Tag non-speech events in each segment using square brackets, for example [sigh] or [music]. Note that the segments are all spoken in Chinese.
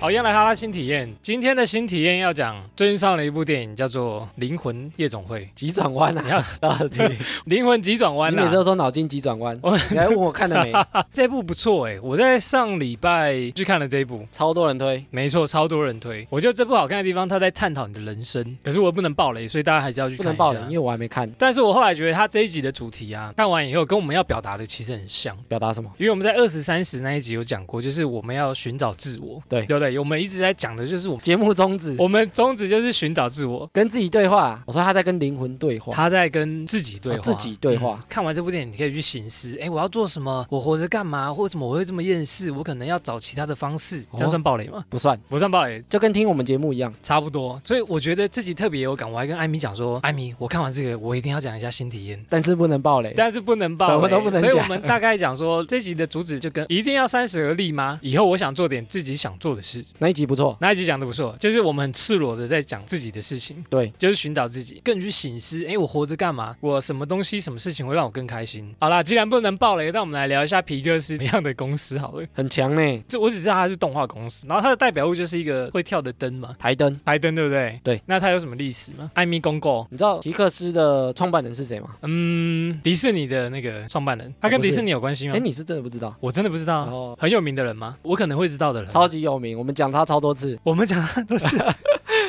好，一样来哈拉新体验。今天的新体验要讲最近上了一部电影，叫做《灵魂夜总 [laughs] 会急转弯》。你啊，要到底《灵魂急转弯》你每次呐、都说脑筋急转弯我，你还问我 [laughs] 看了没？这部不错哎，我在上礼拜去看了这一部。超多人推，没错，超多人推。我觉得这部好看的地方，它在探讨你的人生，可是我又不能爆雷，所以大家还是要去不看能一爆下。雷，因为我还没看。但是我后来觉得它这一集的主题啊，看完以后跟我们要表达的其实很像。表达什么？因为我们在二十三十那一集有讲过，就是我们要寻找自我，对对不对？我们一直在讲的就是我们，节目宗旨，我们宗旨就是寻找自我。跟自己对话。我说他在跟灵魂对话，他在跟自己对话，哦自己对话嗯看完这部电影，你可以去醒思，哎，我要做什么？我活着干嘛？或者什么我会这么厌世？我可能要找其他的方式。这样算暴雷吗？不算，哦不算暴雷，就跟听我们节目一样。差不多。所以我觉得自己特别有感，我还跟艾米讲说，艾米，我看完这个，我一定要讲一下新体验。但是不能爆雷。但是不能爆雷，什么都不能所以我讲们大概讲说，这集的主旨就跟一定要三十而立吗？以后我想做点自己想做的事。那一集不错，那一集讲的不错，就是我们很赤裸的在讲自己的事情，对，就是寻找自己，更去醒思，哎，我活着干嘛？我什么东西、什么事情会让我更开心？好啦，既然不能爆雷，那我们来聊一下皮克斯怎么样的公司好了。很强呢。这我只知道它是动画公司，然后它的代表物就是一个会跳的灯嘛，台灯，台灯对不对？对，那它有什么历史吗？艾米公告。你知道皮克斯的创办人是谁吗？嗯，迪士尼的那个创办人，他跟不迪是士尼有关系吗哎，？你是真的不知道？我真的不知道啊，哦很有名的人吗？我可能会知道的人。超级有名，我们讲他超 [laughs] 多次，我们讲了很多次，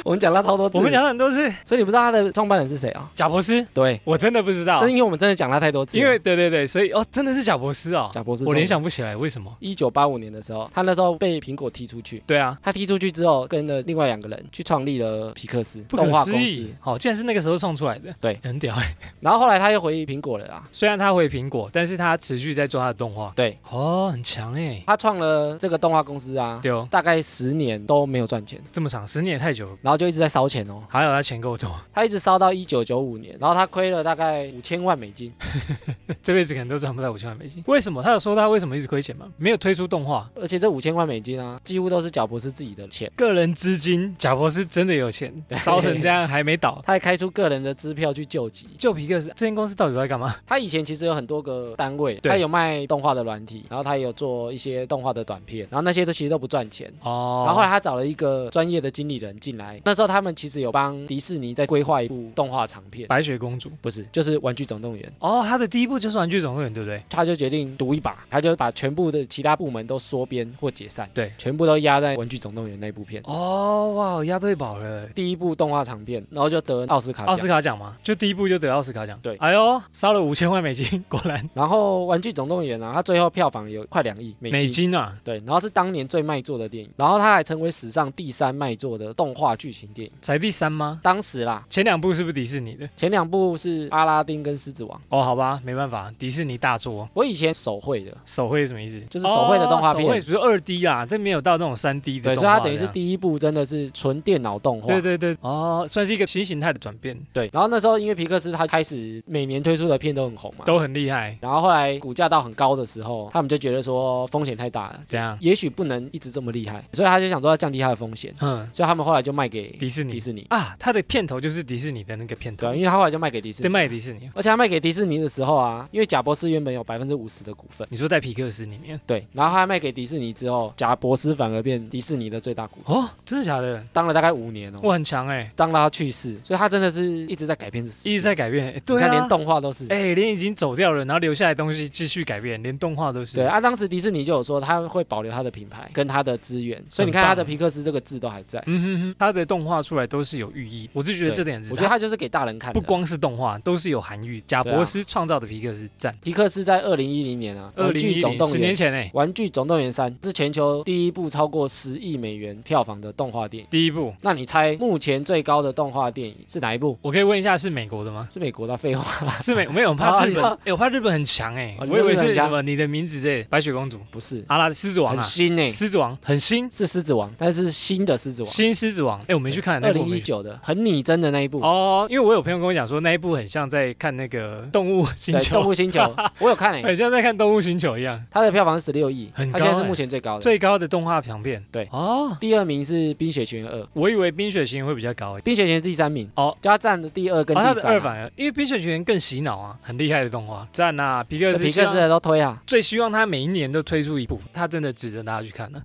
我们讲他超多次，我们，讲了很多次。所以你不知道他的创办人是谁啊？贾博士，对，我真的不知道但是，因为我们真的讲他太多次了，因为对对对，所以哦，真的是贾博士哦，贾博士，我联想不起来为什么。一九八五年的时候，他那时候被苹果踢出去，对啊，他踢出去之后，跟了另外两个人去创立了皮克斯不动可画思公司议。，哦好，竟然是那个时候创出来的，对很屌哎。然后后来他又回苹果了啊，虽然他回苹果，但是他持续在做他的动画，对哦，很强哎。他创了这个动画公司啊，对哦，大概十年都没有赚钱，这么长，十年也太久了，然后就一直在烧钱哦，还有他钱够多，他一直烧到一九九五年，然后他亏了大概五千万美金， [laughs] 这辈子可能都赚不到五千万美金。为什么？他有说他为什么一直亏钱吗？没有推出动画，而且这五千万美金啊，几乎都是贾博士自己的钱。个人资金，贾博士真的有钱，烧成这样还没 [laughs] 倒。他还开出个人的支票去救急。旧皮克斯这间公司到底都在干嘛？他以前其实有很多个单位，对他有卖动画的软体，然后他也有做一些动画的短片，然后那些都其实都不赚钱。哦然后后来他找了一个专业的经理人进来，那时候他们其实有帮迪士尼在规划一嗯部动画长片，白雪公主不是，就是《玩具总动员》，哦，他的第一部就是《玩具总动员》，对不对？他就决定赌一把，他就把全部的其他部门都缩编或解散，对全部都压在《玩具总动员》那部片，哦，哇，押对宝了。第一部动画长片，然后就得奥斯卡奥奖斯。卡奖嘛，就第一部就得奥斯卡奖。对哎呦，烧了五千万美金， [laughs] 果然然后《玩具总动员》啊，它最后票房有快两亿美金。美金啊，对，然后是当年最卖座的电影，然后它还成为史上第三卖座的动画剧情电影。才第三吗？当时啦，前两部是不是迪士尼的？前两部是《阿拉丁》跟《狮子王》，哦，好吧，没办法，迪士尼大作。我以前手绘的，手绘是什么意思？就是手绘的动画片哦手绘只是二 D 啊，但没有到那种三 D 的对，动画。所以它等于这是样。第一部真的是纯电脑动画。对对对，哦，算是一个新形态的转变，对然后那时候因为皮克斯它开始每年推出的片都很红嘛，都很厉害。然后后来股价到很高的时候，他们就觉得说风险太大了，怎样？也许不能一直这么厉害，所以他就想说要降低它的风险，嗯，所以他们后来就卖给迪士尼迪士尼，啊，它的片头就是迪士尼的那个片头对，，啊因为他后来就卖给迪士对，尼。卖给迪士尼。啊而且他卖给迪士尼的时候啊，因为贾博士原本有百分之五十的股份，你说在皮克斯里面？对，然后他卖给迪士尼之后，贾博士反而变迪士尼的最大股东，哦，真的假的？当了大概五年哦，我很强哎、当了他去世，所以他真的是一直在改变这事，一直在改变。哎对你看啊连，动画都是。哎、连已经走掉了，然后留下来的东西继续改变，连动画都是。对啊，当时迪士尼就有说他会保留他的品牌跟他的资源，所以你看很棒他的皮克斯这个字都还在。嗯哼哼，它的动画出来都是有寓意，我就觉得对这点是，我觉得他就是给大人看的。不光是动画，都是有含义。贾对啊博士创造的皮克斯赞，皮克斯在二零一零年啊，《二玩零具一总零动十年员》《前哎、欸玩具总动员三》是全球第一部超过十亿美元票房的动画电影。第一部，那你猜目前最高的动画电影是哪一部？我可以问一下是美国的 [laughs]？吗是美国的啊废话，是美，没有我怕啊日你本，哎、我怕日本很强哎、哦你我说以为日本是很强什么你的名字这白雪公主、不是，阿拉狮子王很啊，新诶、狮子王很新，是狮子王，但是新的狮子王，新狮子王，哎、我没去看，那二部我零没一去九的，很拟真的那一部。哦，因为我有朋友跟我讲说，那一部很像在看那个《动物星对，球动》，物星球， [laughs] 我有看欸诶、很像在看《动物星球》一样，它的票房十六亿，它很现在高是欸目前最高的。最高的动画长片。对哦，第二名是《冰雪奇缘二》，《我以为《冰雪奇缘》会比较高诶。冰雪奇缘》第三名，哦，就它占的第二跟哦，它第的三二啊、版啊，因为《冰雪奇缘》更洗脑啊，很厉害的动画，赞呐！皮克这斯，皮克斯的都推啊。最希望他每一年都推出一部，他真的值得大家去看呢、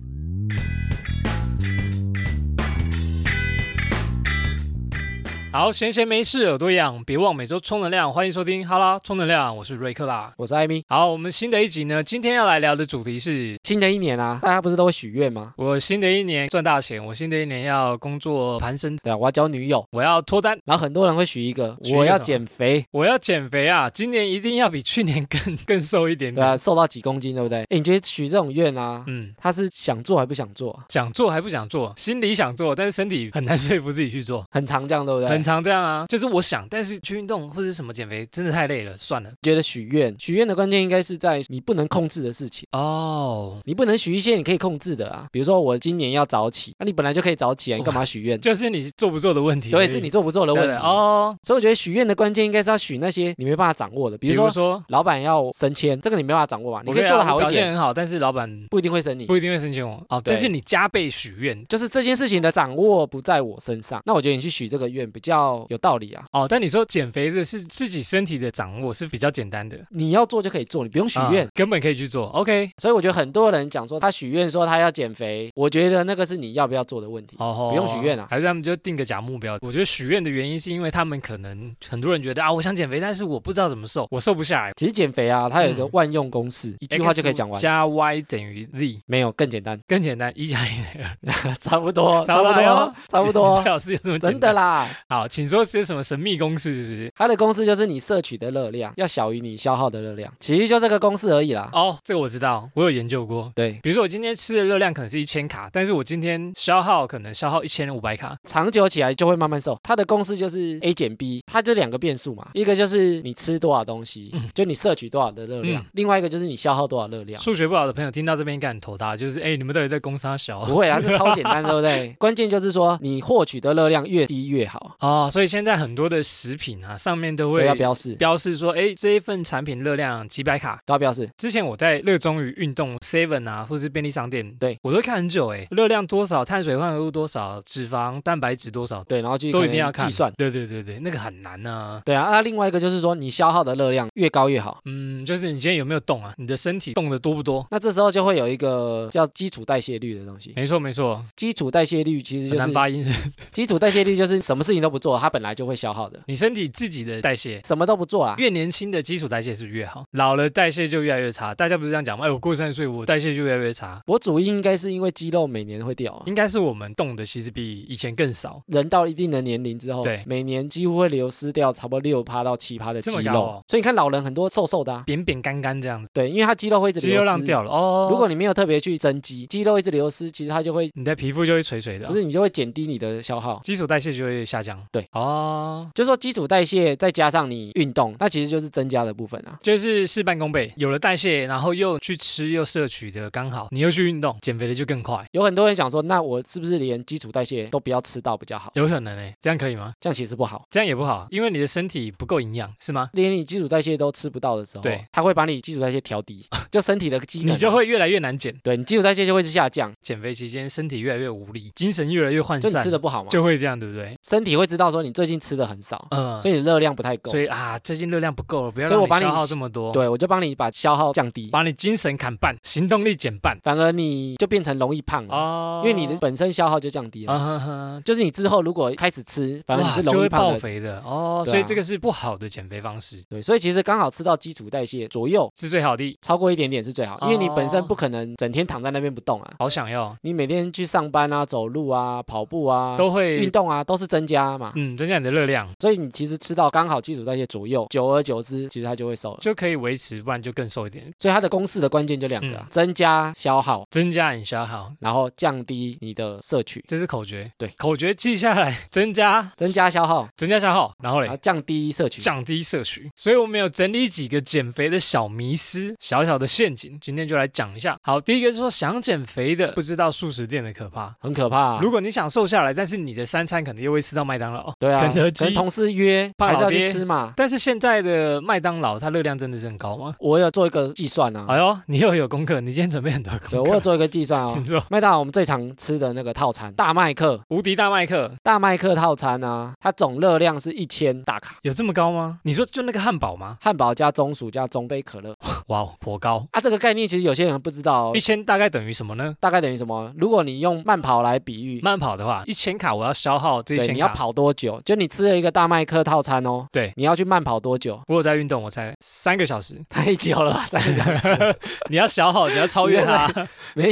好，闲闲没事，耳朵痒，别忘每周充能量。欢迎收听，哈啦，充能量，我是瑞克啦。我是艾米。好，我们新的一集呢，今天要来聊的主题是新的一年啊，大家不是都会许愿吗？我新的一年赚大钱，我新的一年要工作攀升，对啊，我要交女友，我要脱单，然后很多人会许一个许一个我要什么减肥，我要减肥啊！今年一定要比去年更 [laughs] 更瘦一点对点。啊，瘦到几公斤，对不对？欸诶你觉得许这种愿啊，嗯，他是想做还不想做啊？想做还不想做，心里想做，但是身体很难说服自己去做。很常这样，对不对？很常这样啊，就是我想，但是去运动或者什么减肥真的太累了，算了。觉得许愿，许愿的关键应该是在你不能控制的事情。哦，你不能许一些你可以控制的啊，比如说我今年要早起，那、你本来就可以早起啊，你干嘛许愿？就是你做不做的问题而对，已。是你做不做的对问对题。哦。所以我觉得许愿的关键应该是要许那些你没办法掌握的，比比如如说说，老板要升迁，这个你没办法掌握嘛，你可以 OK 啊做的好我一表现点，很好，但是老板不一定会升你。不一定会升迁我哦。对但是你加倍许愿就是这件事情的掌握不在我身上，那我觉得你去许这个愿比较有道理啊。哦，但你说减肥的是自己身体的掌握是比较简单的，你要做就可以做，你不用许愿。啊根本可以去做。OK，所以我觉得很多人讲说他许愿说他要减肥，我觉得那个是你要不要做的问题。哦，不用许愿啊还是他们就定个假目标。我觉得许愿的原因是因为他们可能很多人觉得啊，我想减肥，但是我不知道怎么瘦，我瘦不下来。其实减肥啊，它有一个嗯万用公式，一句话就可以讲 X 完。加 Y 等于 Z，没有更简单， [laughs] 更简单，一加一等于二。差不多，差差不不多 [laughs] 多，差不多最，好是有这么简单哦真的。啦。好，请说些什么神秘公式是不是？它的公式就是你摄取的热量要小于你消耗的热量，其实就这个公式而已啦。哦，这个我知道，我有研究过。对，比如说我今天吃的热量可能是一千卡，但是我今天消耗可能消耗一千五百卡。长久起来就会慢慢瘦。它的公式就是 A 减 B，它就两个变数嘛，一个就是你吃多少东西，就你摄取多少的热量嗯，另外一个就是你消耗多少热量。数学不好的朋友听到这边应该很头大，就是哎、你们到底在攻杀小？ [laughs] 不会啊，这超简单，对不对？关键就是说你获取的热量越低越好， [laughs] 哦，所以现在很多的食品啊，上面都都会要标示，标示说，哎，这一份产品热量几百卡。都要标示。之前我在热衷于运动 Seven 啊，或是便利商店，对我都会看很久，哎，热量多少，碳水化合物多少，脂肪、蛋白质多少，对，然后去都可一定要能看计算。对对对对，那个很难呢、对啊，那另外一个就是说，你消耗的热量越高越好。嗯，就是你今天有没有动啊？你的身体动的多不多？那这时候就会有一个叫基础代谢率的东西。没错没错，基础代谢率其实哎很就难是发音是不 [laughs] 是基础代谢率，就是什么事情都不做，它本来就会消耗的，你身体自己的代谢。什么都不做啊啦。越年轻的基础代谢是越好，老了代谢就越来越差。大家不是这样讲吗？哎，我过三十岁，我代谢就越来越差。我主因应该是因为肌肉每年会掉啊、应该是我们动的其实比以前更少，人到一定的年龄之后，对每年几乎会流失掉差不多六趴到七趴的肌这么高肉，啊哦所以你看老人很多瘦瘦的、啊，扁扁干干这样子，对，因为他肌肉会一直肌流肉失。量掉了哦。如果你没有特别去增肌，肌肉一直流失，其实它就会你的皮肤就会垂垂的不，是你就会减低你的消耗。基础代谢就会下降。对，哦，就是说基础代谢再加上你运动，那其实就是增加的部分啊。就是事半功倍，有了代谢，然后又去吃又摄取的刚好，你又去运动，减肥的就更快，有很多人想说，那我是不是连基础代谢都不要吃到比较好？有可能欸诶，这样可以吗？这样其实不好。这样也不好，因为你的身体不够营养，是吗？连你基础代谢都吃不到的时候，对，它会把你基础代谢调低， [laughs] 就身体的机能啊、你就会越来越难减，对你基础代谢就会是下降，减肥期间身体越来越无力，精神越来越涣就你散吃，的不好嘛，就会这样，对不对？身体会知道说你最近吃的很少，嗯，所以你热量不太够所，以啊，最近热量不够了，不要所以让我把你消耗这么多，对我就帮你把消耗降低，把你精神砍半，行动力减半反而你就变成容易胖了，哦嗯因为你的本身消耗就降低了。啊哈哈，就是你之后如果开始吃，反而你哇，是就容易会胖爆的。肥的哦，对啊所以这个是不好的减肥方式，对，所以其实刚好吃到基础代谢左右是最好的。超过一点点是最好，因为你本身哦不可能整天躺在那边不动啊，好想要，你每天去上班啊、走路啊、跑步啊、都运会动啊，都是增加嘛。嗯增加你的热量，所以你其实吃到刚好基础代谢左右，久而久之，其实它就会瘦了。就可以维持，不然就更瘦一点，所以它的公式的关键就两个、嗯啊：增加消耗，增加你消耗，然后降低你的摄取。这是口诀。对口诀记下来，增加增加消耗，增加消耗，然后然后嘞。降低摄取。降低摄取，所以我们有整理几个减肥的小迷思、小小的陷阱，今天就来讲一下。好，第一个是说想减肥的不知道素食店的可怕，很可怕、啊如。果你想瘦下来，但是你的三餐肯定又会吃到麦当劳。对啊，肯德可基能同事约胖还是老要爹去吃嘛。但是现在的麦当劳，它热量真的是很高吗？我有做一个计算啊，哎呦，你又有功课，你今天准备很多功对课。我有做一个计算哦请。说。麦当劳我们最常吃的那个套餐，大麦克，无敌大麦克大麦克套餐啊，它总热量是一千大卡，有这么高吗？你说就那个汉堡吗？汉堡加中薯加中杯可乐哇哦，颇高。啊。这个概念其实有些人不知道、哦一，千大概等于什么呢？大概等于什么？如果你用慢跑来比喻，慢跑的话，一千卡我要消耗这一对，千你要卡，跑多久，就你吃了一个大麦克套餐哦，对你要去慢跑多久？。我有在运动，我才三个小时太久了吧，三个 [laughs] 小时你要小好，你要超越他，没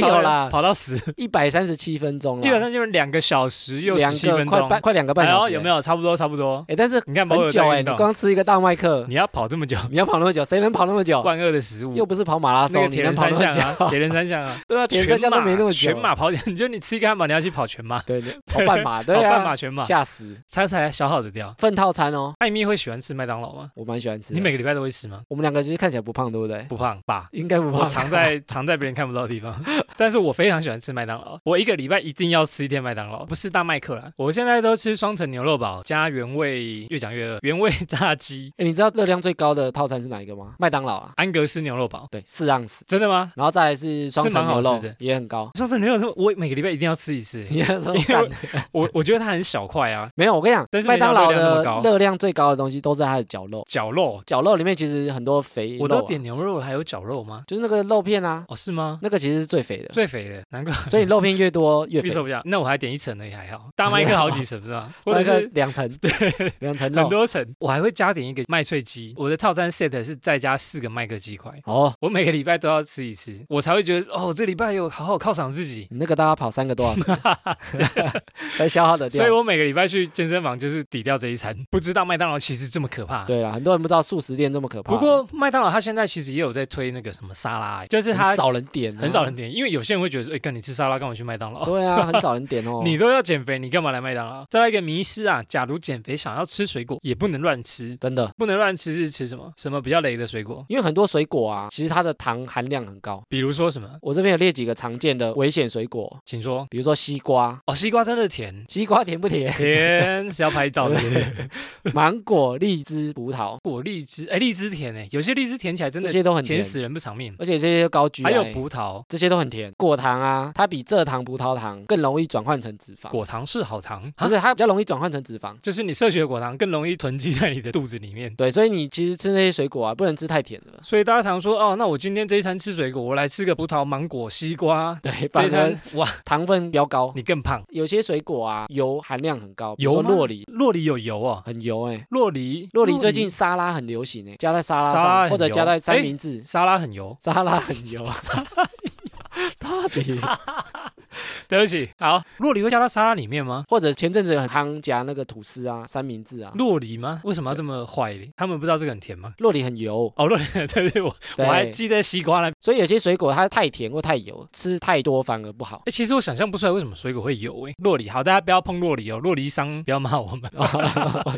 [laughs] 超有越啦，跑到死。一百三十七分钟啦，基本上就是两个小时又十两七个分快钟，半快两个半哎小呦时，有没有？有差不多差不多？哎，但是你看某很有久在哎，运你动，光吃一个大麦克，你要跑这么久，你要跑那么久，谁能跑那么久？万恶的食物哦又。不是跑马拉那个松，你铁能人跑三那么项啊，久？铁人三项啊， [laughs] 对啊，铁人三项都没那么久，全马跑， [laughs] 你就你吃一个汉堡，你要去跑全马，对，对跑 [laughs] 半马，对跑半啊马，全马，吓死！才才消耗得掉。份套餐哦，艾米会喜欢吃麦当劳吗？我蛮喜欢吃的。你每个礼拜都会吃吗？我们两个其实看起来不胖，对不对？不胖吧？应该不我胖。藏在藏在别人看不到的地方， [laughs] 但是我非常喜欢吃麦当劳，我一个礼拜一定要吃一天麦当劳，不是大麦克啦，我现在都吃双层牛肉堡加原味，越讲越饿，原味炸鸡、哎，你知道热量最高的套餐是哪一个吗？麦当劳啊，安格斯牛肉堡，对，四盎司，真的吗？然后再来是双层牛是蛮肉好吃的，也很 [laughs] 高。双层牛肉，我每个礼拜一定要吃一次，你看说因为干我我觉得它很小块啊，没有，我跟你讲但，是麦没想当到劳热量那么的高热量最高的东西都在它的绞肉，绞肉，啊绞肉里面其实很多肥肉啊，我都点牛肉还有绞肉吗？就是那个肉片啊，哦，是吗？那个其实是最肥 [laughs] 的，最肥的，难怪所以肉片越多 [laughs] 越预肥。售价，那我还点一层而已，还好，大麦克好几层是 [laughs] 吧？或者那个是两层，两很层肉。多层，我还会加点一个麦脆鸡。我的套餐 set 是再加四个麦克鸡块，哦，我每个礼拜都要吃一次，我才会觉得哦，这礼拜有好好犒赏自己。你那个大家跑三个多小时， [laughs] 才消耗得所以掉。我每个礼拜去健身房就是抵掉这一餐，不知道麦当劳其实这么可怕。对啦，很多人不知道素食店这么可怕。不过麦当劳它现在其实也有在推那个什么沙拉，就是它很少人点，啊很少人。点，因为有些人会觉得说，哎，跟你吃沙拉干嘛去麦当劳？对啊，很少人点哦。 [laughs] 你都要减肥，你干嘛来麦当劳？再来一个迷失啊！假如减肥想要吃水果，也不能乱吃，真的，不能乱吃是吃什么？什么比较雷的水果？因为很多水果啊，其实它的糖含量很高。比如说什么？我这边有列几个常见的危险水果，请说。比如说西瓜，，哦，西瓜真的甜西瓜甜不 [laughs] 甜？甜是要拍照的。 [laughs] 芒果、荔枝、葡萄，果荔枝，哎，荔枝甜哎，有些荔枝甜起来真这的些都很甜甜，死人不偿命。而且这些都高 GI，还有葡萄，这些都很甜。果糖啊，它比蔗糖、葡萄糖更容易转换成脂肪，果糖哎是好糖，不啊是它比较容易转换成脂肪。就是你摄取的果糖更容易囤积在你的肚子里面。对，所以你其实吃那些水果啊，不能吃太甜 [laughs] 的。所以大家常说，哦，那我今天这一餐吃水果，我来吃个葡萄、芒果、西瓜。对，这一反而餐哇，糖分飙高。你更胖。有些水果啊，油含量很高，比如油说吗洛梨洛梨有油哦，很油哎、洛梨，洛梨最近沙拉很流行哎、加在沙拉沙拉上很或者加油在三哎明治，沙拉很油。沙拉很油 [laughs] 啊。到底？对不起，好，洛梨会加到沙拉里面吗？或者前阵子很夯夹那个吐司啊、三明治啊，洛梨吗？为什么要这么坏嘞？他们不知道这个很甜吗？洛梨很油，哦，洛梨，对对对，我 [laughs] 我对还记得西瓜呢。所以有些水果它太甜或太油，吃太多反而不好。哎，其实我想象不出来为什么水果会油哎。洛梨，好，大家不要碰洛梨哦，洛梨伤，不要骂我 [laughs] 们。哦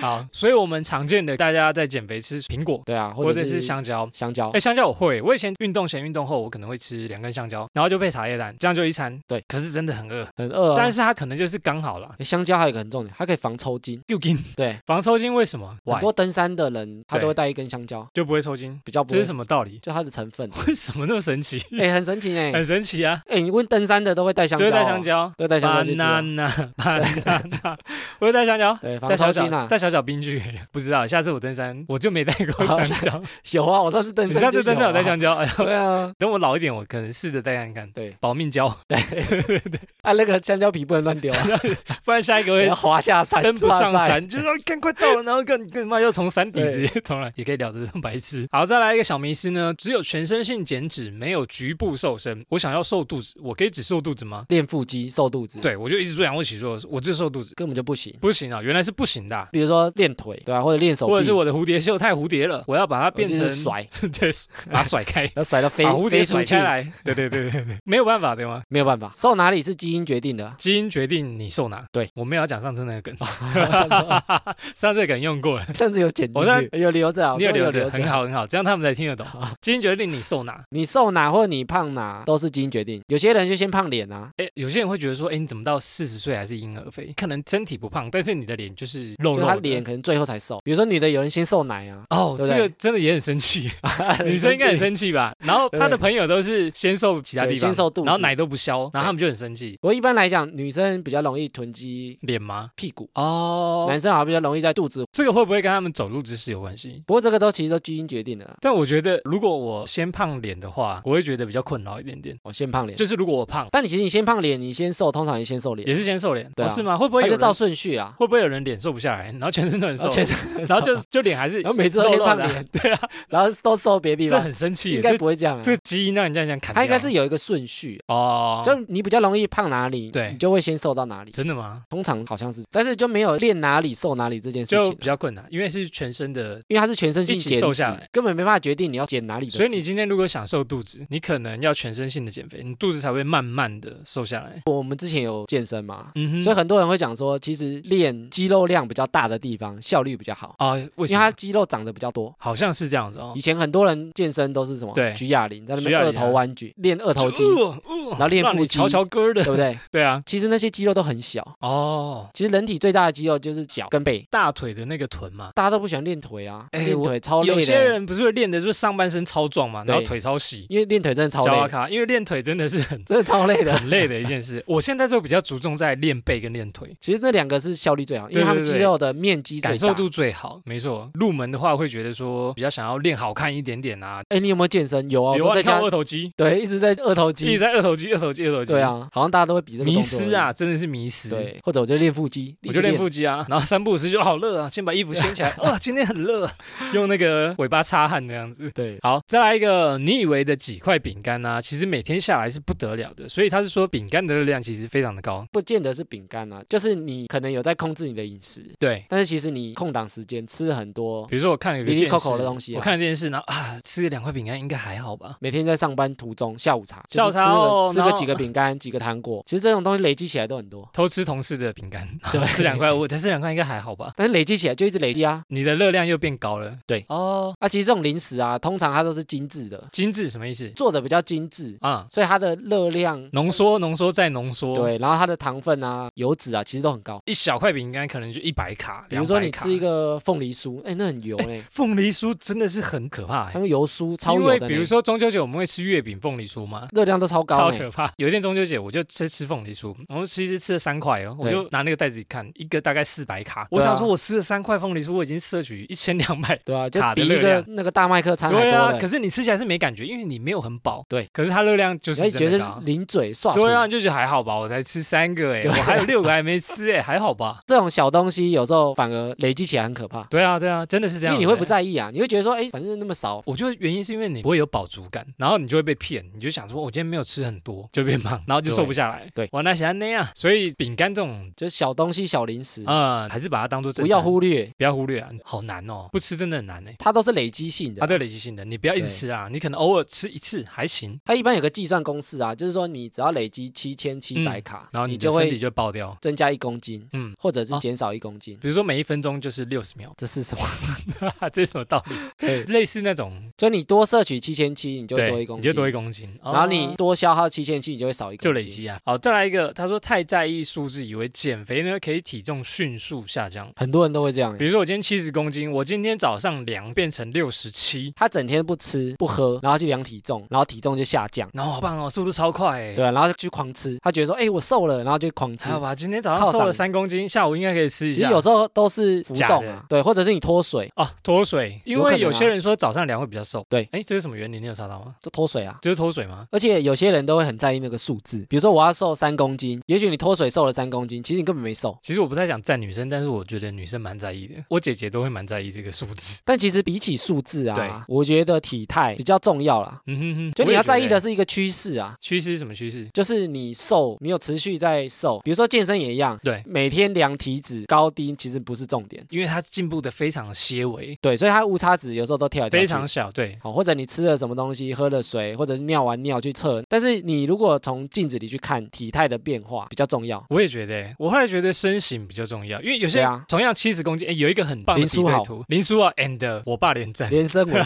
好，所以我们常见的大家在减肥吃苹果对啊，或或者者是是哦香蕉。香蕉哎，，香蕉我会，我以前运动前、运动后，我可能会吃两根香蕉，然后就配茶叶蛋，这样就一餐。对，可是真的很饿，很饿、啊。但是它可能就是刚好啦。欸香蕉还有一个很重点，它可以防抽筋。又筋对，防抽筋为什么？很 Why？多登山的人他对都会带一根香蕉，就不会抽筋，比较不这会是什么道理？ [laughs] 就它的成分。为什么那么神奇？哎、很神奇哎、很神奇啊！哎、你问登山的都会带香就蕉、会哦，带香，蕉都会带香蕉去吃、哦。 [laughs] ，banana banana，我 [laughs] 会带香蕉。对，带防小抽小筋啊，带小小冰去， [laughs] 不知道。下次我登山，我就没带过香蕉。有啊，我上次登 [laughs] 你山、下次登山有带香蕉，蕉？哎呦对啊，等我老一点，我可能试着带看看。对，保命胶，啊，那个香蕉皮不能乱丢、 [laughs] 啊，不然下一个不要会滑下山，登不哎哇上塞，山，就是说赶快到了，然后更更妈要从山底对直接从来也可以聊得这么白痴。好，再来一个小迷思呢，只有全身性减脂，没有局部瘦身。我想要瘦肚子，我可以只瘦肚子吗？练腹肌瘦肚子，，对，我就一直做仰卧起坐，我就瘦肚子，根本就不行。不行啊，原来是不行的啊、比如说练腿，对吧、或者练手臂，或者是我的蝴蝶袖太蝴蝶了，我要把它变或者成是，甩， [laughs] 对，把它甩开，要甩到飞把蝴蝶飞出甩去开，来， [laughs] 对对对对对，没有办法，对吗？。没有办法，瘦哪里是基因决定的啊 [laughs] 基因决定你瘦哪，对我没有要讲上次那个梗，哦上次 [laughs] 上次的梗用过了，上次有剪进我在去，有留着啊，我你有说留着，留很好很好，这样他们才听得懂。 [laughs] 基因决定你瘦哪，你瘦哪或你胖哪都是基因决定。有些人就先胖脸啊，哎，有些人会觉得说，哎，你怎么到四十岁还是婴儿肥？可能身体不胖，但是你的脸就是肉肉就是的，他脸可能最后才瘦。比如说女的有人先瘦奶啊，哦，对这不对个真的也很生 [laughs] 气， [laughs] 女生应该很生气吧？然后她的对朋友都是先瘦其他地对方，先瘦肚子然后奶都不消，然后他们就很生气。不过一般来讲，女生比较容易囤积脸吗？屁股，哦，男生好像比较容易在肚子。这个会不会跟他们走路姿势有关系？不过这个都其实都基因决定的啦。但我觉得，如果我先胖脸的话，我会觉得比较困扰一点点。我先胖脸，就是如果我胖，但你其实你先胖脸，你先瘦，通常你先瘦脸，也是先瘦脸，对啊哦是吗？会不会它有就人照哦顺序啊啦。会不会有人脸瘦不下来，然后全身都很瘦，而且 [laughs] 然后就就脸还是然后每次都先肉肉胖的啊 [laughs] 脸，对啊，然后都瘦别的地这方，很生气耶，应该这不会这样啊。这个基因让人家这样砍掉，它应该是有一个顺序，哦，就你比较容易胖哪里，对你就会先瘦到哪里。真的吗？通常好像是，但是就没有练哪里瘦哪里这件事就情啊比，较困难，因为是全身的。因为它是全身性一起减瘦脂下来，根本没办法决定你要减哪里的脂。所以你今天如果想瘦肚子，你可能要全身性的减肥，你肚子才会慢慢的瘦下来。我们之前有健身嘛，嗯哼，所以很多人会讲说，其实练肌肉量比较大的地方效率比较好，啊，为因什为它么？肌肉长得比较多。好像是这样子哦以。前很多人健身都是什么？对举哑铃，在那举边哑二铃啊头弯举，练二头肌，就呃呃然后练让腹你肌瞧瞧哥对 [laughs] 的，不对？对啊，其实那些肌肉都很小。哦，其实人体最大的肌肉就是脚跟背，大腿的那个臀嘛。大家都不喜欢练腿啊，哎练我腿超有累些的，人不是会练的，就是上半身超壮嘛，然后对腿超细，因为练腿真的超脚累啊的，卡，因为练腿真的是很 [laughs] 真的超累的。 [laughs] 很累的一件事。我现在都比较着重在练背跟练腿，其实那两个是效率最好，因对为对他们对肌肉的面积最大。感受度最好。没错，入门的话会觉得说比较想要练好看一点点啊。哎，你有没有健身？有啊，有我啊，都你在看家我二头肌，对，一直在二头一直肌。在二头肌，二 [laughs] 头肌，二头肌。对，啊，好像大家都会比这个迷动作失啊，真的是迷而已。失。对，或者我就练腹肌，我一就直练腹肌啊，然后三不五时就好热啊，先把衣服掀 [laughs] 起来，哇，今天很热，啊用那个尾巴擦汗这样子。对，好，再来一个，你以为的几块饼干啊，其实每天下来是不得了的，所以他是说饼干的热量其实非常的高。不见得是饼干啊，就是你可能有在控制你的饮食，对，但是其实你空档时间吃很多，比如说我看了一个里里电视扣扣的东西啊我看了电视，然后啊，吃了两块饼干应该还好吧？每天在上班途中下午茶，就下午是茶哦吃个然后吃个几个饼干，几 [laughs] 个糖果，其实这种东西累积起来都很多，偷吃同事的饼 [laughs] 干，对吃两块，我才吃两块应该还好吧？但是累积起来就一直累积啊。你的热量又变高了。对，哦，啊，其实这种零食啊，通常它都是精致的，精致什么意思做的比较精致，啊？所以它的热量浓缩，浓缩再浓缩。，对，然后它的糖分啊、油脂啊，其实都很高。一小块饼干可能就一百卡，比如说200你卡吃一个凤梨酥，哎，那很油嘞、 [laughs] 凤梨酥，真的是很可怕欸、它那个油酥超因油为的、比如呢，说中秋节我们会吃月饼凤梨酥嘛，热量都超高、超呢。可怕。 [laughs] 有一天中秋节，我就吃吃凤梨酥，然后其实吃了三块哦，我对就拿那个袋子一看，一个大概四百卡。对啊我想说，我吃了三块凤梨酥，我已经摄取一千两 [laughs] 百。对啊，就卡的比热一个量那个大麦克餐还对多啊，嘞、可是你吃起来是没感觉，因为你没有很饱。对，可是它热量就你还是觉真的得高。零嘴刷对啊，唇你就觉得还好吧，我才吃三个哎， [laughs] 对我还有六个还没吃哎，还好吧？这种小东西有时候反而累积起来很可怕，对啊，对啊，真的是这因样。为你会不对在意啊，你会觉得说，哎，反正那么少，我觉得原因是因为你不会有饱足感，然后你就会被骗，你就想说，我今天没有吃很多，就变胖，然后就瘦不下来。对我那想那样，所以饼干这种，就是小东西、小零食，嗯，还是把它当做不要略，忽略，不要忽略啊，好难哦，不吃真的很难哎。它都是累积性的。它对累积性的，你不要一直对吃啊，你可能偶尔吃一次还行，它一般有个计算公式啊，就是说你只要累积七千七百嗯卡，然后你你就的身体会就爆掉。增加一公斤，嗯，或者是哦减少一公斤。比如说每一分钟就是六十 [laughs] 秒，这是什么？这是什么道理？ [laughs] 对类似那种，就你多摄取七千七，你就会对，多一公你斤，就多一公斤，然后哦你多消耗七千七，你就会少一公斤，就累积啊。好，再来一个，他说太在意数字，以为减肥呢可以体重迅速下降。很多人都会这样欸比。如说我今天七十公斤，我今天早上量变成六十七，他整天不吃不喝，然后去量体重，然后体重就下降，然后好棒哦，速度超快哎。对、啊，然后就去狂吃，他觉得说，哎，我瘦了，然后就狂吃还。好吧，今天早上瘦了三公斤，下午应该可以吃一其下。实有时候都是浮假动的啊，对，或者是你脱水哦，脱水，因有可能为啊有些人说早上量会比较瘦。对哎，这是什么原理？你有查到吗？就脱水啊。就是脱水吗？而且有些人都会很在意那个数字，比如说我要瘦三公斤，也许你脱水瘦了三公斤，其实你根本没瘦。其实我不太想赞女生，但是我觉得女生蛮在意的，我姐姐都会蛮在意这个数字。 [laughs] 但其实比起数字对啊，我觉得体态比较重要啦。嗯哼哼，就你要在意我也觉的得是一个趋势啊，趋势是什么趋势？就是你瘦，你有持续在瘦，比如说健身也一样，对每天量体脂高低其实不是重点，因为它进步的非常些微，对，所以它误差值有时候都跳来跳去非常小，对，好，或者你吃了什么东西，喝了水，或者是尿完尿去测，但是你如果从镜子里去看体态的变化比较重要。我也觉得欸，我后来觉得身形比较重要，因为有些对人啊同样七十公斤，哎，有一个很棒的林比书对豪图，林书豪 and 我爸连战。连身 [laughs] 纹，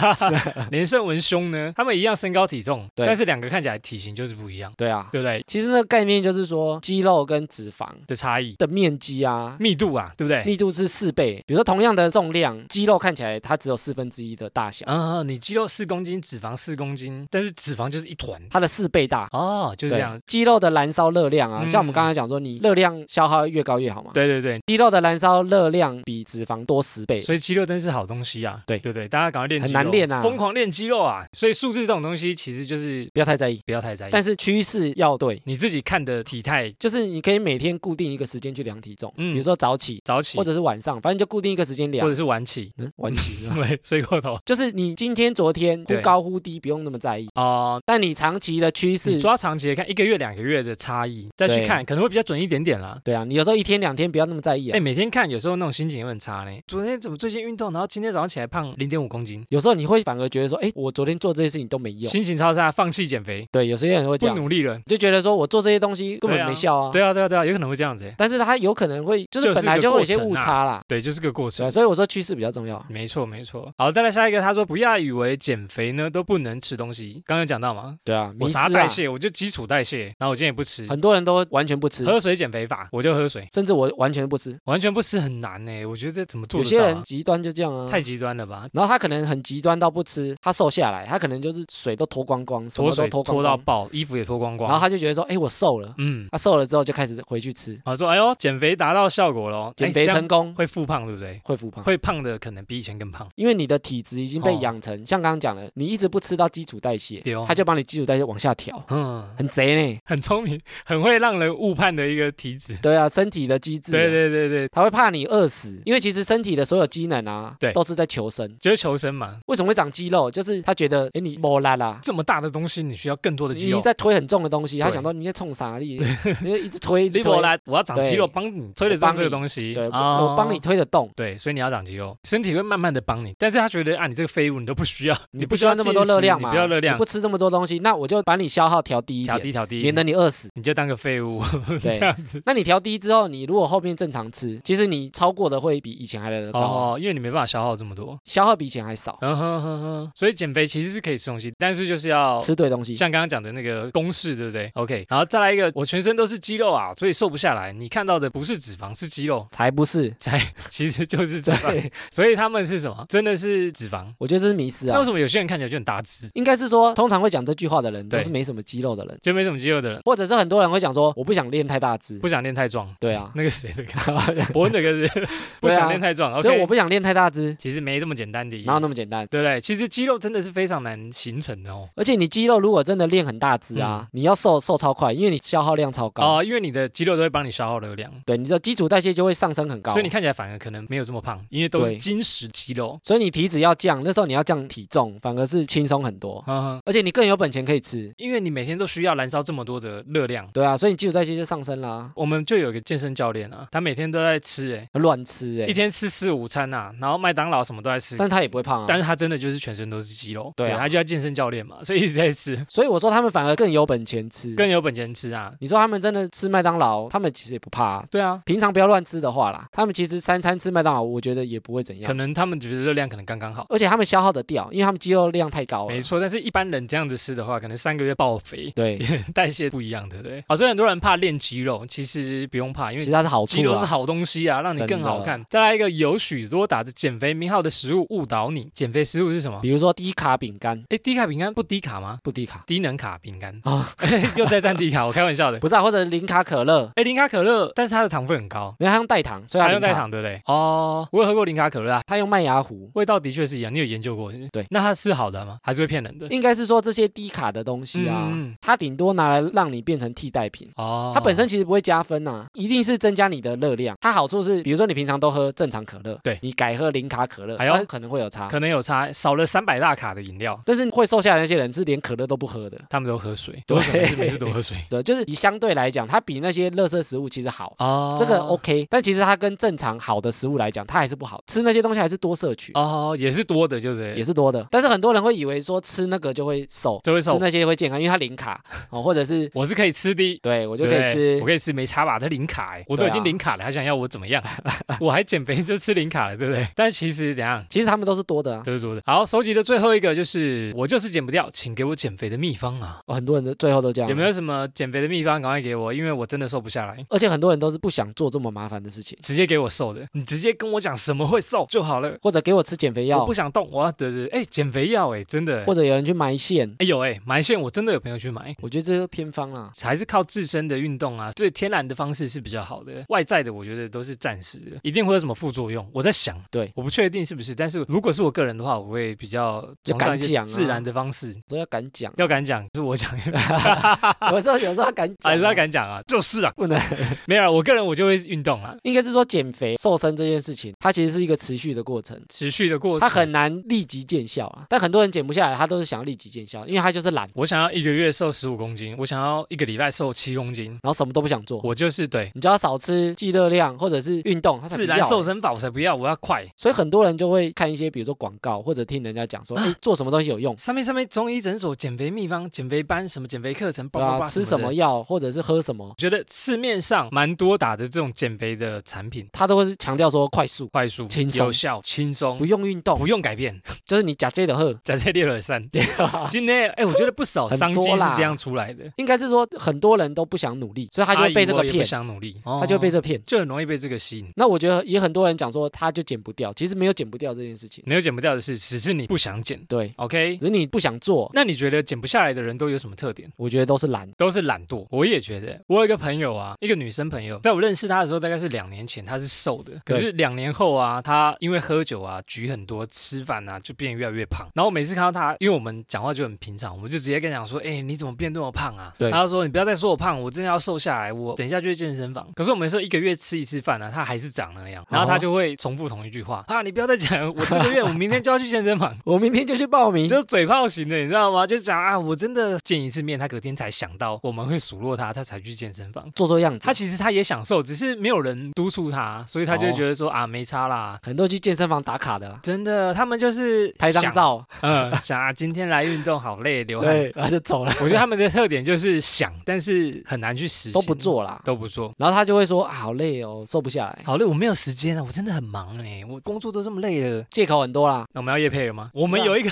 连胜文兄呢，他们一样身高体重，啊对但是两个看起来体型就是不一样，对啊，对不对？其实那个概念就是说肌肉跟脂肪的差异、的面积啊。密度啊，对不对？密度是四倍，比如说同样的重量，肌肉看起来它只有四分之一的大小，嗯、你肌肉四公斤，脂肪四公斤，但是脂肪就是一团它的四倍大，哦，就是对这样。肌肉的燃燃烧热量啊，嗯像我们刚才讲说，你热量消耗越高越好嘛。对对对，肌肉的燃烧热量比脂肪多十倍，所以肌肉真是好东西啊！对对对，大家赶快练肌很肉，难练啊疯狂练肌肉啊！所以数字这种东西其实就是不要太在意。不要太在意，但是趋势要对，你自己看的体态，就是你可以每天固定一个时间去量体重，嗯比如说早起早起或者是晚上，反正就固定一个时间量或者。是晚起，嗯，晚起是吧对，睡过头就是你今天、昨天忽对高忽低，不用那么在意。哦。但你长期的趋势你，抓长期来看，一个月、两个月的差异，再去对看可能会比较准一点点啦。对啊，你有时候一天两天不要那么在意哎、啊。每天看有时候那种心情会很差呢。昨天怎么最近运动，然后今天早上起来胖零点五公斤，有时候你会反而觉得说，哎，我昨天做这些事情都没用。心情超差，放弃减肥，对，有些人会这不样，努力了。就觉得说我做这些东西根对本啊没效啊。对啊，对啊，对啊，有可能会这样子欸。但是它有可能会，就就是是本来个就会过有一些程误啊差啦。对，就是个过程对啊，。所以我说趋势比较重要啊。没错，没错。好，再来下一个，他说不要以为减肥呢都不能吃东西，刚刚有讲到嘛，对啊，我迷失啥代啊，谢，我就基础代谢，然后我今天也不吃，很多人都完全不吃，喝水减肥法，我就喝水，甚至我完全不吃。完全不吃很难呢，我觉得这怎么做有得些到啊人极端就这样啊，太极端了吧，然后他可能很极端到不吃，他瘦下来，他可能就是水都脱光光，什脱么都水脱光脱到光，爆，衣服也脱光然后光，他就觉得说，哎，我瘦了。嗯，他瘦了之后就开始回去吃，好说，哎呦，减肥达到效果喽，减哎肥这样成嗯功会复胖，对不对？会复胖，会胖的可能比以前更胖，因为你的体质已经被哦养成，像刚刚讲的，你一直不吃到基础代谢对哦，他就帮你基础代谢往下调，嗯，很贼呢。 [laughs] 很聪明，很会让人误判的一个体脂，对啊，身体的机制啊，对对对对，他会怕你饿死，因为其实身体的所有机能啊，对都是在求生。就是求生嘛，为什么会长肌肉？就是他觉得，哎，你莫拉啦。这么大的东西你需要更多的肌你肉。在推很重的东西，他对想到你在冲啥 [laughs] 力，你就一直推，一直肌推肉，来，我要长肌肉，对帮你推得我帮动你这个东西，对，我哦我帮你。推得动，对，所以你要长肌肉，身体会慢慢的帮你，但是他觉得啊，你这个废物你都不需要，你不不需需要那么多进食热量你嘛，不要热量你不，吃这么多东西，那我就把你消耗调低一调点，低调低，免得你饿 [laughs] 死。你就当个废物这对样子。那你调低之后，你如果后面正常吃，其实你超过的会比以前还来得高啊，哦，因为你没办法消耗这么多，消耗比以前还少。嗯哼哼哼，所以减肥其实是可以吃东西，但是就是要吃对东西，像刚刚讲的那个公式，对不对？OK，然后再来一个，我全身都是肌肉啊，所以瘦不下来。你看到的不是脂肪，是肌肉，才不是。才 [laughs] 其实就是脂肪， [laughs] 对，所以他们是什么？真的是脂肪。我觉得这是迷失那啊为。什么有些人看起来就很大只，应该是说，通常会讲这句话的人对都是没什么肌肉的人，就没什么肌肉的人，或者是很多人会讲说，我不想练太大只不。想练太壮？ [laughs] 对啊，那个谁的歌， [laughs] 伯恩的歌是不想练太壮。啊所以 [laughs] OK，我不想练太大只，其实没这么简单的，哪有那么简单？对不对？其实肌肉真的是非常难形成的哦。而且你肌肉如果真的练很大只嗯啊，你要瘦瘦超快，因为你消耗量超高，哦，因为你的肌肉都会帮你消耗热量，对，你的基础代谢就会上升很高哦所以。你看起来反而可能没有这么胖，因为都是对筋实肌肉。所以你体脂要降，那时候你要降体重，反而是轻松很多，嗯，而且你更有本钱可以吃。因为你每天都需要燃烧这么多的热量。对啊，所以你基础代谢就上升啦，我们就有一个健身教练啊，他每天都在吃、欸，乱吃哎、一天吃四五餐啊，然后麦当劳什么都在吃，但他也不会胖但啊。是他真的就是全身都是肌肉，对啊嗯他就叫健身教练嘛， [laughs] 所以一直在吃，所以我说他们反而更有本钱吃。更有本钱吃啊，你说他们真的吃麦当劳，他们其实也不怕、啊。对啊，平常不要乱吃的话啦，他们其实三餐吃麦当劳，我觉得也不会怎可样，能他们觉得热量可能刚刚好。而且他们消耗得掉，因为他们肌肉量太高了。没，错，但是一般人这样子吃的话，可能三个月爆肥， [laughs] 对，代谢不一样，对不对？好、所以很多人怕练肌肉，其实不用怕，因其为实它是好肌处肉是啊。好东西啊，让你更好看。再来一个，有许多打着减肥名号的食物误导你。减肥食物是什么比？如说低卡饼干，哎，低卡饼干不低卡吗？不低卡低能卡饼 [laughs] 干 [laughs] 啊，又在占低卡，我开玩笑的。不是啊，或者零卡可乐，哎，零卡可乐，但是它的糖分很高，没有它用代糖，所以它它啊用零代卡，糖，对不对？哦，我有喝过零卡可乐啊，它用麦芽糊。味道的确是一样，你有研究过？对那它是好的吗？还是会骗人的？应该是说这些低卡的东西啊，嗯嗯嗯它顶多拿来让你变成替代品。哦，它本身其实不会加分呐、一定是增加你的热量。它好处是，比如说你平常都喝正常可乐，对你改喝零卡可乐，哎呦它可能会有差。可能有差，少了三百大卡的饮料，但是会瘦下来那些人是连可乐都不喝的，他们都喝水，对多可能是每次都喝水对，就是你相对来讲，它比那些垃圾食物其实好。 [laughs] 哦这个 OK，但其实它跟正常好的食物来讲，它还是不好。吃那些东西还是多摄取，哦，也是多的，对不对？也是多的。但是很多人会以为说吃那个就会瘦，就会瘦吃那些会健康，因为它 [laughs] 零卡哦，或者是我是可以吃的。对我我就可以吃我可以吃没差吧？他零卡哎、我都对已啊经零卡了，还想要我怎么样？ [laughs] 我还减肥就吃零卡了，对不对？ [laughs] 但其实怎样，其实他们都是多的啊，这是多的。好，收集的最后一个就是，我就是减不掉，请给我减肥的秘方啊！哦很多人都最后都这样。有没有？什么减肥的秘方？赶快给我，因为我真的瘦不下来。而且很多人都是不想做这么麻烦的事情，直接给我瘦的，你直接跟我讲什么会瘦就好了。或者给我吃减肥我药不，想动，我要对对，哎，减肥药哎、真的欸，或者有人去埋线，哎有哎、埋线我真的有朋友去买，我觉得这是偏方啦。啊还是靠自身的运动啊，最天然的方式是比较好的。外在的我觉得都是暂时的，一定会有什么副作用。我在想，对我不确定是不是，但是如果是我个人的话，我会比较就崇尚敢一些讲啊自然的方式。说要敢 [laughs] 讲，要敢讲，是我 [laughs] 讲，啊有时候有时候要敢讲，还是要，敢 [laughs] 讲啊？就是啊，不能。 [laughs] 没有啊，我个人我就会运动啊，应该是说减肥瘦身这件事情，它其实是一个持续的过程，持续的过程。它很难立即见效啊。但很多人减不下来，他都是想要立即见效，因为他就是懒，我想要一个月瘦十五公斤，我想要一个礼拜瘦七公斤，然后什么都不想做。我就是对你只要少吃、忌热量或者是运动，他才不自然要啊瘦身法我才不要，我要快。所以很多人就会看一些，比如说广告，或者听人家 [laughs] 讲说，哎，做什么东西有用，上面上面中医诊所减肥秘方、减肥班什么减肥课程，对叭叭吧？叭吃什的么药，或者是喝什么，我觉得市面上蛮多打的这种减肥的产品，他都会强调说快速，快速、轻松有效、轻不松，用运动，不用改变。 [laughs] 就是你假借的喝，在这列了三，今天哎，我觉得不 [laughs] 少啊很商机多是啦这样出来的，应该是说很多人都不想努力，所以他就会被这个阿姨我也不骗，想努力，他就会被哦这骗。就很容易被这个吸引。那我觉得也很多人讲说，他就减不掉，其实没有减不掉这件事情，没有减不掉的事，只是你不想减。对， OK，只是你不想做，那你觉得减不下来的人都有什么特点？我觉得都是懒，都是懒惰。我也觉得，我有一个朋友啊，一个女生朋友，在我认识她的时候，大概是两年前，她是瘦的，可对是两年后啊，她因为喝酒啊、局很多、吃饭啊，就变得越来越胖。然后我每次看到她，因为我们讲话就很平常，我们就直接跟她讲说：“哎、你怎么变那么胖啊？”对她就说：“你不要再说我胖，我真的要瘦下来，我等一下就去健身房。”可是我们说一个月吃一次饭啊，她还是长那样，哦然后她就会重复同一句话：“啊，你不要再讲，我这个月我明天就要去健身房。”我明天就去报名就是嘴炮型的，你知道吗？就讲啊，我真的见一次面，他隔天才想到我们会数落他，他才去健身房。做做样子他。其实他也享受，只是没有人督促他，所以他就哦觉得说、啊，没差啦。很多人去健身房打卡的啊，真的，他们就是拍张想，照，嗯，想啊，今天来运动好累，流汗。对，然后就走了，我觉得他们的特点就是想，但是很难去实行，都不，做啦。都不做。然后他就会说啊，好累哦，瘦不下来，好累，我没有时间啊，我真的很忙哎、我工作都这么累了。借口很多啦。 [laughs] 那我们要夜配了吗？我们有一个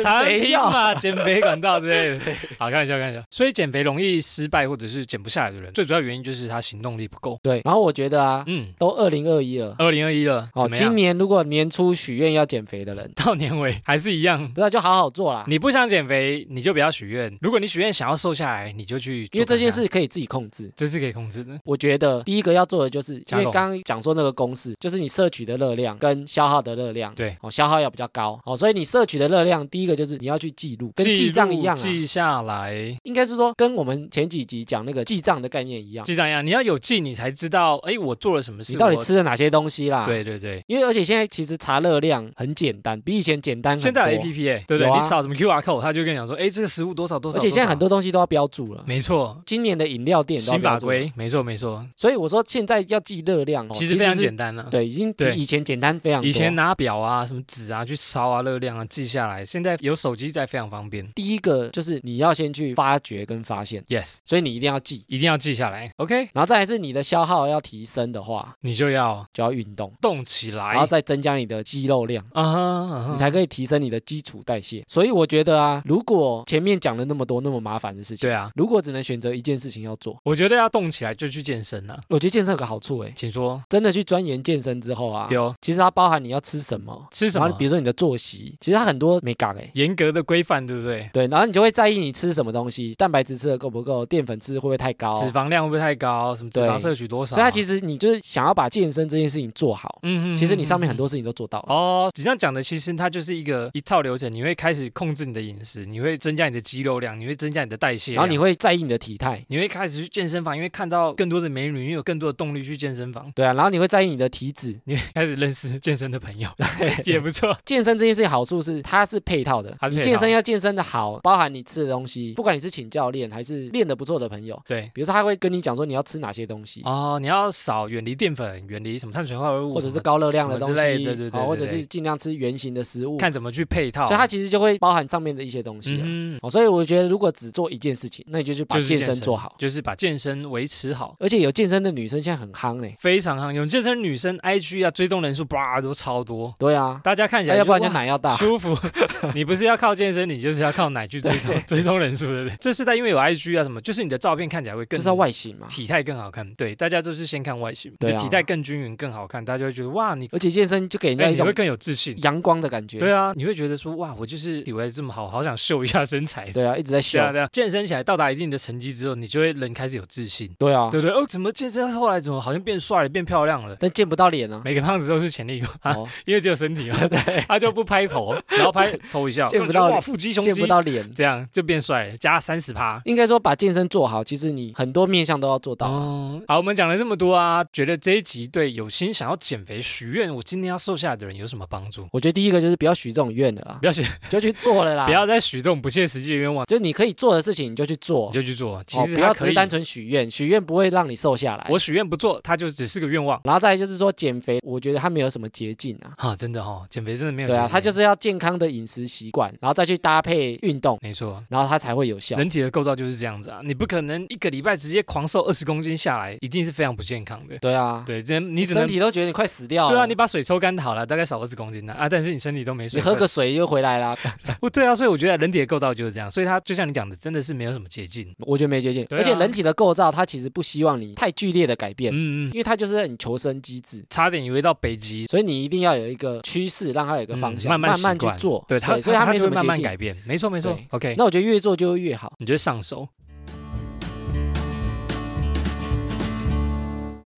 产谁品要？嘛，减肥管道之类 [laughs] 的。好，开玩笑，开玩笑。所以减肥容易失败或者是减不下来的人，最主要原因就是他行动力不够。对，然后我觉得啊，嗯，都二零二一了，二零二一了，呃哦，怎么样今？年如果年初许愿要减肥的人，到年尾还是一样。不要就好好做啦，你不想减肥，你就不要许愿。如果你许愿想要瘦下来，你就去做看看。因为这件事可以自己控制。这是可以控制的。我觉得第一个要做的就是，因加为重刚刚讲说那个公式，就是你摄取的热量跟消耗的热量，对，哦，消耗要比较高，哦，所以你摄取的热量，第一个就是你要去记录，跟记账一样啊，记录记下来，应该是说跟我们前几集讲那个记账的概念一样，记账一样。你要有记，你才知道，哎，我做了什么事。啊你到底我？吃了哪些东西啦？。对对对，因为而且现在其实查热量很简单，比以前简单很多。现在有 A P P 哎，对不有对？啊你扫什么 Q R code，他就跟你讲说，哎，这个食物多少多少。而且现在很多多东西都要标注了少，。没错，今年的饮料店都要新法标注了，规，没错没错，所以我说现在要记热量哦，其实非常是简单了、对，已经比对以前简单非常多。以前拿表啊、什么纸啊去抄啊热量啊记下来，现在有手机在非常方便。第一个就是你要先去发掘跟发现， Yes，所以你一定要记。一定要记下来。OK，然后再来是你的消耗要提升的话，你就要就要运动，动起来。然后再增加你的肌肉量。啊哈啊你哈，才可以提升你的基础代谢，所以我觉得啊，如果前面讲了那么多那么麻烦的事情，对啊，如果只能选择一件事情要做，我觉得要动起来就去健身了、我觉得健身有个好处诶，欸请说，真的去钻研健身之后啊，丢、哦、其实它包含你要吃什么，吃什然么？啊后比如说你的作息，其实它很多美感诶。严格的规范，对不对？对，然后你就会在意你吃什么东西，蛋白质吃的够不够，淀粉吃的会不会太高，脂所肪量会不会太高？什么脂对肪摄取多少啊？以它其实，实你就是想要把健身这件事情做好，嗯其实你上面嗯很。嗯多事情都做到了。哦，你这样讲的，其实它就是一个一套流程。你会开始控制你的饮食，你会增加你的肌肉量，你会增加你的代谢然量，后你会在意你的体态，你会开始去健身房，因为看到更多的美女，因为有更多的动力去健身房。 [laughs] 对啊，然后你会在意你的体脂。你会开始认识健身的朋友， [laughs] 也不 [laughs] 错。健身这件事情好处是它是配套的它，是你配套健身要健身的好，包含你吃的东西，不管你是请教练还是练得不错的朋友，对，比如说他会跟你讲说你要吃哪些东西，哦，你要少远离淀粉，远离什么碳水化合物，或者是什么高热量的东西，什么之类的对对对哦或者对对是尽量吃圆形的食物，看怎么去配套。所以它其实就会包含上面的一些东西啊。嗯哦，所以我觉得如果只做一件事情，那你就去把就是健健身身做好哼，。就是把健身维持好。而且有健身的女生现在很夯嘞、非常好，有健身女生 IG 啊，追踪人数叭都超多，对啊，大家看起那来要不然就哇奶要大。舒服。 [laughs] 你不是要靠健身，你就是要靠奶去追踪追踪人数，对不 [laughs] 对？这时代因为有 IG 啊什么，就是你的照片看起来会就更是要外形嘛， [laughs] 体态更好看，对，大家都是先看外形，对啊你的体态更均匀、更好看，大家会觉得哇，你而且健身就给人哎、家一你种会更有自信。啊阳光的感觉。对啊，你会觉得说哇，我就是体位这么好，好想秀一下身材。 [laughs] 对啊，一直在秀对。啊，对啊，健身起来到达一定的成绩之后，你就会人开始有自信，对啊，对不对？哦，怎么健身后来怎么好像变帅了，变漂亮了？但见不到脸啊。每个胖子都是潜力股 [laughs] 啊，哦，因为只有身体嘛， [laughs] 他就不拍头，然后拍头一下，见不到哇腹肌胸见肌不，到脸，这样就变帅了，加三十趴。应该说把健身做好，其实你很多面向都要做到。哦，好，我们讲了这么多啊，觉得这一集对有心想要减肥许愿，我今天要瘦下来的人有什么帮助？我觉得第一个就是不要许这种愿了啦不，要许，就去做了啦。不要再许这种不切实际的愿望，就你可以做的事情，你就去做你。就去做。其哦实不它要只可是以，单纯许愿，许愿不会让你瘦下来。我许愿不做，它就只是个愿望然后再来就是说减肥，我觉得它没有什么捷径啊。啊，真的哦，减肥真的没有捷对径。啊，它就是要健康的饮食习惯，然后再去搭配运动，没错。然后它才会有效。人体的构造就是这样子啊，你不可能一个礼拜直接狂瘦二十公斤下来，一定是非常不健康的。对啊，对，只能你只身能体都哦觉得你快死掉了。对啊，你把水抽干好了，大概少二十公斤呢啊，但是你身体都没水你分。喝个水就回来啦。 [laughs] 不对啊，所以我觉得人体的构造就是这样，所以它就像你讲的，真的是没有什么捷径。我觉得没捷径，对啊而且人体的构造它其实不希望你太剧烈的改变，嗯嗯，因为它就是你求生机制。差点以为到北极。所以你一定要有一个趋势，让它有一个嗯方向，慢慢习慢去惯做。对它，所以它没就什会么慢慢捷径改变，没错没错对。 OK，那我觉得越做就会越好。你就会上手。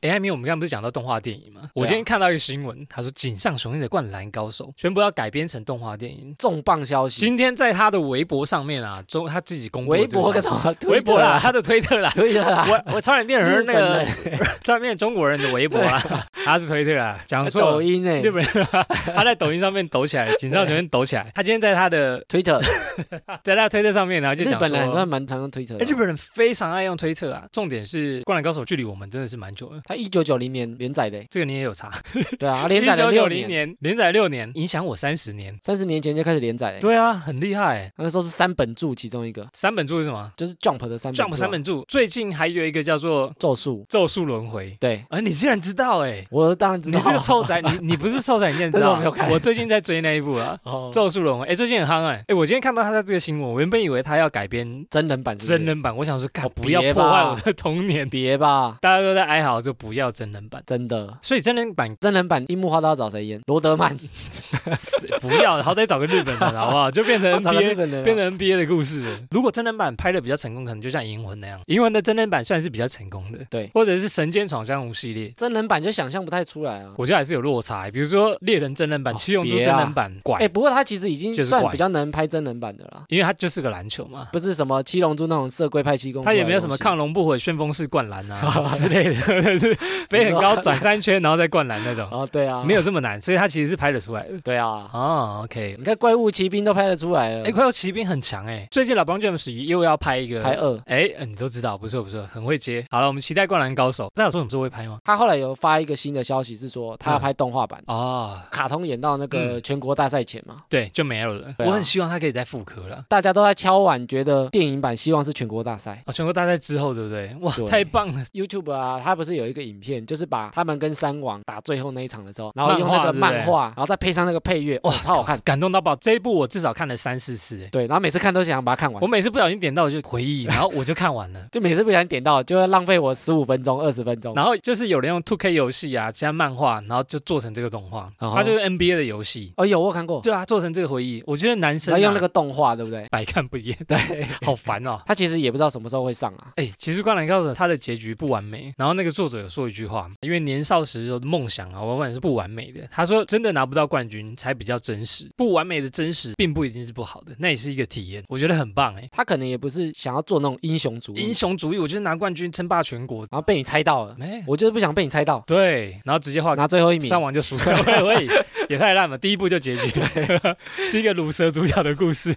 哎，艾米，我们刚刚不是讲到动画电影吗？我对啊今天看到一个新闻，他说井上雄彦的《灌篮高手》宣布要改编成动画电影。重磅消息，今天在他的微博上面啊，中他自己公布了微这个消博息跟他微博啦，，他的推特啦，推特啊啦，我我差点变成那日本个人上面中国人的微博啦， [laughs] 他哦是推特啦，讲错抖了。音哎日，本人，他在抖音上面抖起来，井上雄彦抖起来。他今天在他的推特， [laughs] 在他的推特上面，然后就日讲本人说他，蛮常用推特哎日的。啊本人非常爱用推特啊。重点是《灌篮高手》距离我们真的是蛮久的，他一九九零年连载的欸，这个你也有查，对啊，他连载了六1990年，年，连载六年，影响我三十年。三十年前就开始连载了欸。对啊，很厉害欸。他那时候是三本柱其中一个，三本柱是什么就是 Jump 的三本柱啊？Jump 三本柱，最近还有一个叫做《咒术，咒术轮回》。对啊，你竟然知道哎、我当然知你道。这个臭仔，你你不是臭仔，你也 [laughs] 知但是我道没有看。我最近在追那一部啊，哦《咒术轮回》。哎，最近很夯哎、哎，我今天看到他在这个新闻，我原本以为他要改编真人版是不是真，人版，我想说，干哦不要别吧破坏我的童年。 [laughs] 别吧，大家都在哀嚎，就不要真人版。真的。所以真人 [laughs] 版真人版樱木花道找谁演？罗 [laughs] 德曼，死不要，好歹找个日 [laughs] 本人好不好？就变成 [laughs] 找个日 NBA。本人啊，变成 NBA 的故事了。如果真人版拍的比较成功，可能就像《银魂》那样，《银魂》的真人版算是比较成功的，对或者是《神剑闯江湖》系列，真人版就想象不太出来啊。我觉得还是有落差欸。比如说《猎人》真人版，哦七龙珠》别真啊人版，怪，哎，不过他其实已经就是算怪比较能拍真人版的啦。因为它就是个篮球嘛，不是什么七啊龙珠那种色龟派气功出它来的东也西，没有什么抗龙不悔、旋风式灌篮 [laughs] 啊之类的，或者是飞很高转三圈然后再灌篮那种，哦，对啊， [laughs] 没有这么难，所以它其实是拍得出来的。对啊，哦，OK。你看怪物骑兵都拍得出来了，哎，快乐骑兵很强哎，最近老帮 James 又要拍一个，拍二，哎，呃你都知道，不错不错，很会接。好了，我们期待《灌篮高手》。那有说什么时候会拍吗？他后来有发一个新的消息是说嗯他要拍动画版，哦，卡通演到那嗯个全国大赛前嘛。对，就没有了。对啊我很希望它可以再复刻了。大家都在敲碗，觉得电影版希望是全国大赛。哦，全国大赛之后，对不对？哇，对太棒了！ YouTube 啊，他不是有一个影片，就是把他们跟三王打最后那一场的时候，然后用那漫画对个不对漫画，然后再配上那个配乐，哇，超好看。感动到爆。这一部我至少看了三四次，哎，对，然后每次看都想把它看完我，每次不小心点到我就回忆，然后我就看完了。就每次不小心点到，就会浪费我十五分钟、二十分钟。然后就是有人用 2K 游戏啊加漫画，然后就做成这个动画，哦吼它就是 NBA 的游戏。哦，有我有看过，对啊，做成这个回忆，我觉得男生、啊、然后用那个动画，对不对？百看不 [laughs] 厌，对，好烦哦。他其实也不知道什么时候会上啊。哎、其实《灌篮高手》它的结局不完美，然后那个作者有说一句话，因为年少时的梦想啊，往往是不完美的。他说，真的拿不到冠军才比较真实，不完美的真实并不一定是不好的，那也是一个体验，我觉得很棒哎、他可能也不是想要做那种英雄主义英，雄主义，我就是拿冠军称霸全国，然后被你猜到了，没、我就是不想被你猜到，对，然后直接画拿最后一名。上网就输了，喂喂，也太烂了，第一部就结局， [laughs] 是一个乳蛇主角的故事。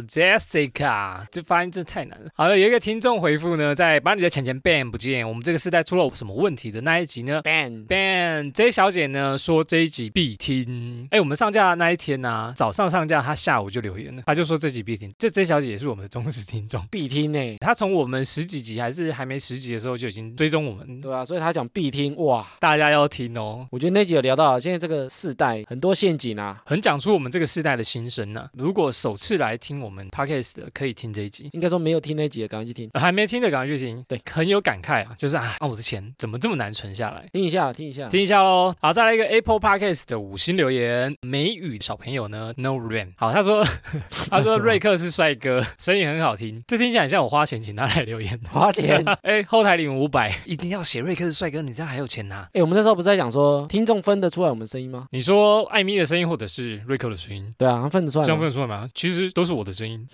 Jessica，Jessica，这发音真的太难了。好了，有一个听众回复呢，在把你的钱钱 ban 不见，我们这个时代出了什么问题的那一集呢 ban ？ban J 小姐呢说这一集必听，哎，我们上架的那一天呢、啊早上上架，她下午就留言了，她就说这集必听。这 J 小姐也是我们的忠实听众。必听欸呢，他从我们十几集还是还没十集的时候就已经追踪我们，对啊，所以他讲必听哇。大家要听哦，我觉得那集有聊到，现在这个世代很多陷阱啊，很讲出我们这个世代的心深呐、如果首次来听我们 podcast 的，可以听这一集。应该说没有听那集的，赶快去听，呃还没听的赶快去听，对，很有感慨啊，就是啊，啊我的钱怎么这么难存下来？听一下，听一下。听一下喽。好，再来一个 Apple Podcast 的五星留言，美语小朋友呢，No Rain。好，他说 [laughs] 他说瑞克是帅哥，声音很好听，这听起来很像我花钱请他来留言的。花 [laughs] 钱。哎、后台领五百，一定要写瑞克是帅哥，你这样还有钱拿、哎、我们那时候不是在讲说，听众分得出来我们声音吗？你说艾米的声音或者是瑞克的声音，对啊，分得出来这样吗。分得出来吗？其实都是我的声 [laughs] 音，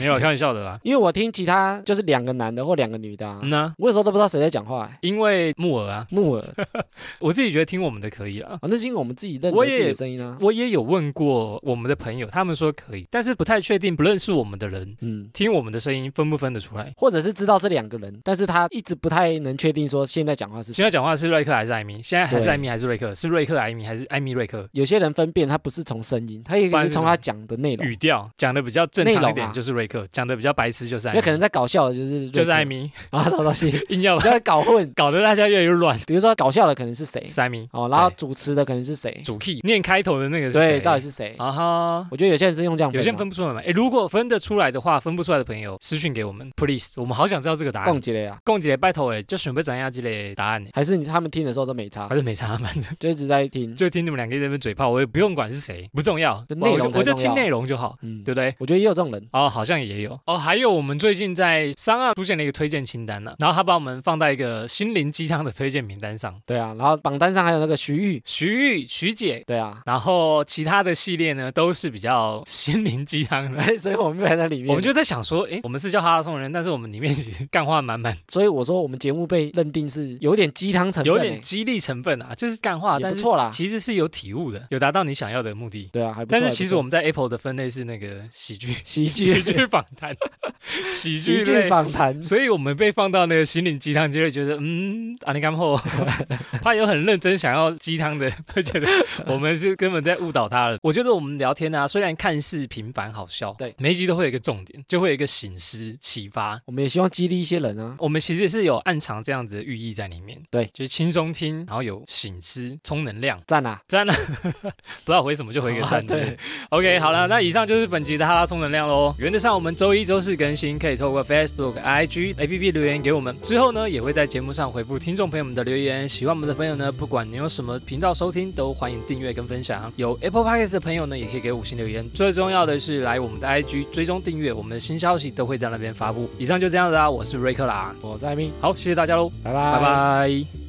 没有开玩笑的啦。因为我听其他就是两个男的或两个女的、啊，嗯呐、我有时候都不知道谁在讲话、欸。因为木耳啊，木耳，我自己觉得听我们的可以啦。哦，那是因为我们自己认我得也自己的声音啊。我也有问过我们的朋友，他们说可以，但是不太确定不认识我们的人嗯，听我们的声音分不分得出来。或者是知道这两个人，但是他一直不太能确定说现在讲话是谁。现在讲话是瑞克还是艾米？现在还是对艾米还是瑞克？是瑞克艾米还是艾米瑞克？有些人分辨他不是从声音，他也不然可是以什从么他讲的内容，语调讲的比较正常一内容点啊就是瑞克，讲的比较白痴就是艾那米，可能在搞笑的就是就是艾爱米， [laughs] 啊，什么东西， [laughs] 硬要比把较 [laughs] 搞混。搞得大家越来越乱。比如说搞笑的可能是谁是艾米哦，然后对主持的可能是谁，主 key 念开头的那个是谁？对，到底是谁？啊哈。我觉得有些人是用这样分啊有的，些人分不出来嘛？诶，如果分得出来的话，分不出来的朋友私讯给我们，please，我们好想知道这个答案共。结了呀，共几个拜托诶，就准备怎样这类答案呢？还是你他们听的时候都没差还，是没差，反正就一直在听，就听你们两个在那边嘴炮，我也不用管是谁，不重要，就我内容我就才重听要内容就好，嗯，对不对？我觉得也有这种人，哦，好像也有哦，还有我们最近在商岸出现了一个推荐清单呢、然后他把我们放在一个心灵鸡汤的推荐名单上，对啊，然后榜单上还有那个徐玉，徐玉、徐姐，对啊， [laughs] 然后其他的系列呢都是比较心灵鸡汤的，所以我们排在里面，我们就在想说，诶，我们是叫哈拉松的人，但是我们里面其实 [laughs] 干话满满，所以我说我们节目被认定是有点鸡汤成分欸，有点激励成分啊，就是干话，也但不是错啦，其实是有体悟的，有达到你想要的目的。对啊，还不错，但是还不其实错我们在 Apple 的分类是那个喜剧、喜剧喜剧访 [laughs] 谈、喜剧喜剧类。 [laughs] 访谈，所以我们被放到那个心灵鸡汤，就会觉得，嗯，阿尼甘 [laughs] 后，他有很认真想要鸡汤的，会 [laughs] 觉得我们是根本在误导他了。我觉得我们聊天啊，虽然看似平凡好笑，对每一集都会有一个重点，就会有一个醒思、启发，我们也希望激励一些人啊，我们其实是有暗藏这样子的寓意在里面，对就是轻松听，然后有醒思、充能量。 [laughs] 赞啊，赞啊！不知道回什么就回一个赞、啊对， ，OK，好了，那以上就是本集的哈拉充能量喽。原则上我们周一、周四更新，可以透过 Facebook、IG、APP 留言给我们。之后呢，也会在节目上回复听众朋友们的留言。喜欢我们的朋友呢，不管你用什么频道收听，都欢迎订阅跟分享。有 Apple Podcast 的朋友呢，也可以给五星留言。最重要的是来我们的 IG 追踪订阅，我们的新消息都会在那边发布。以上就这样子啦，我是瑞克啦，我是艾米，好，谢谢大家喽。拜拜拜拜。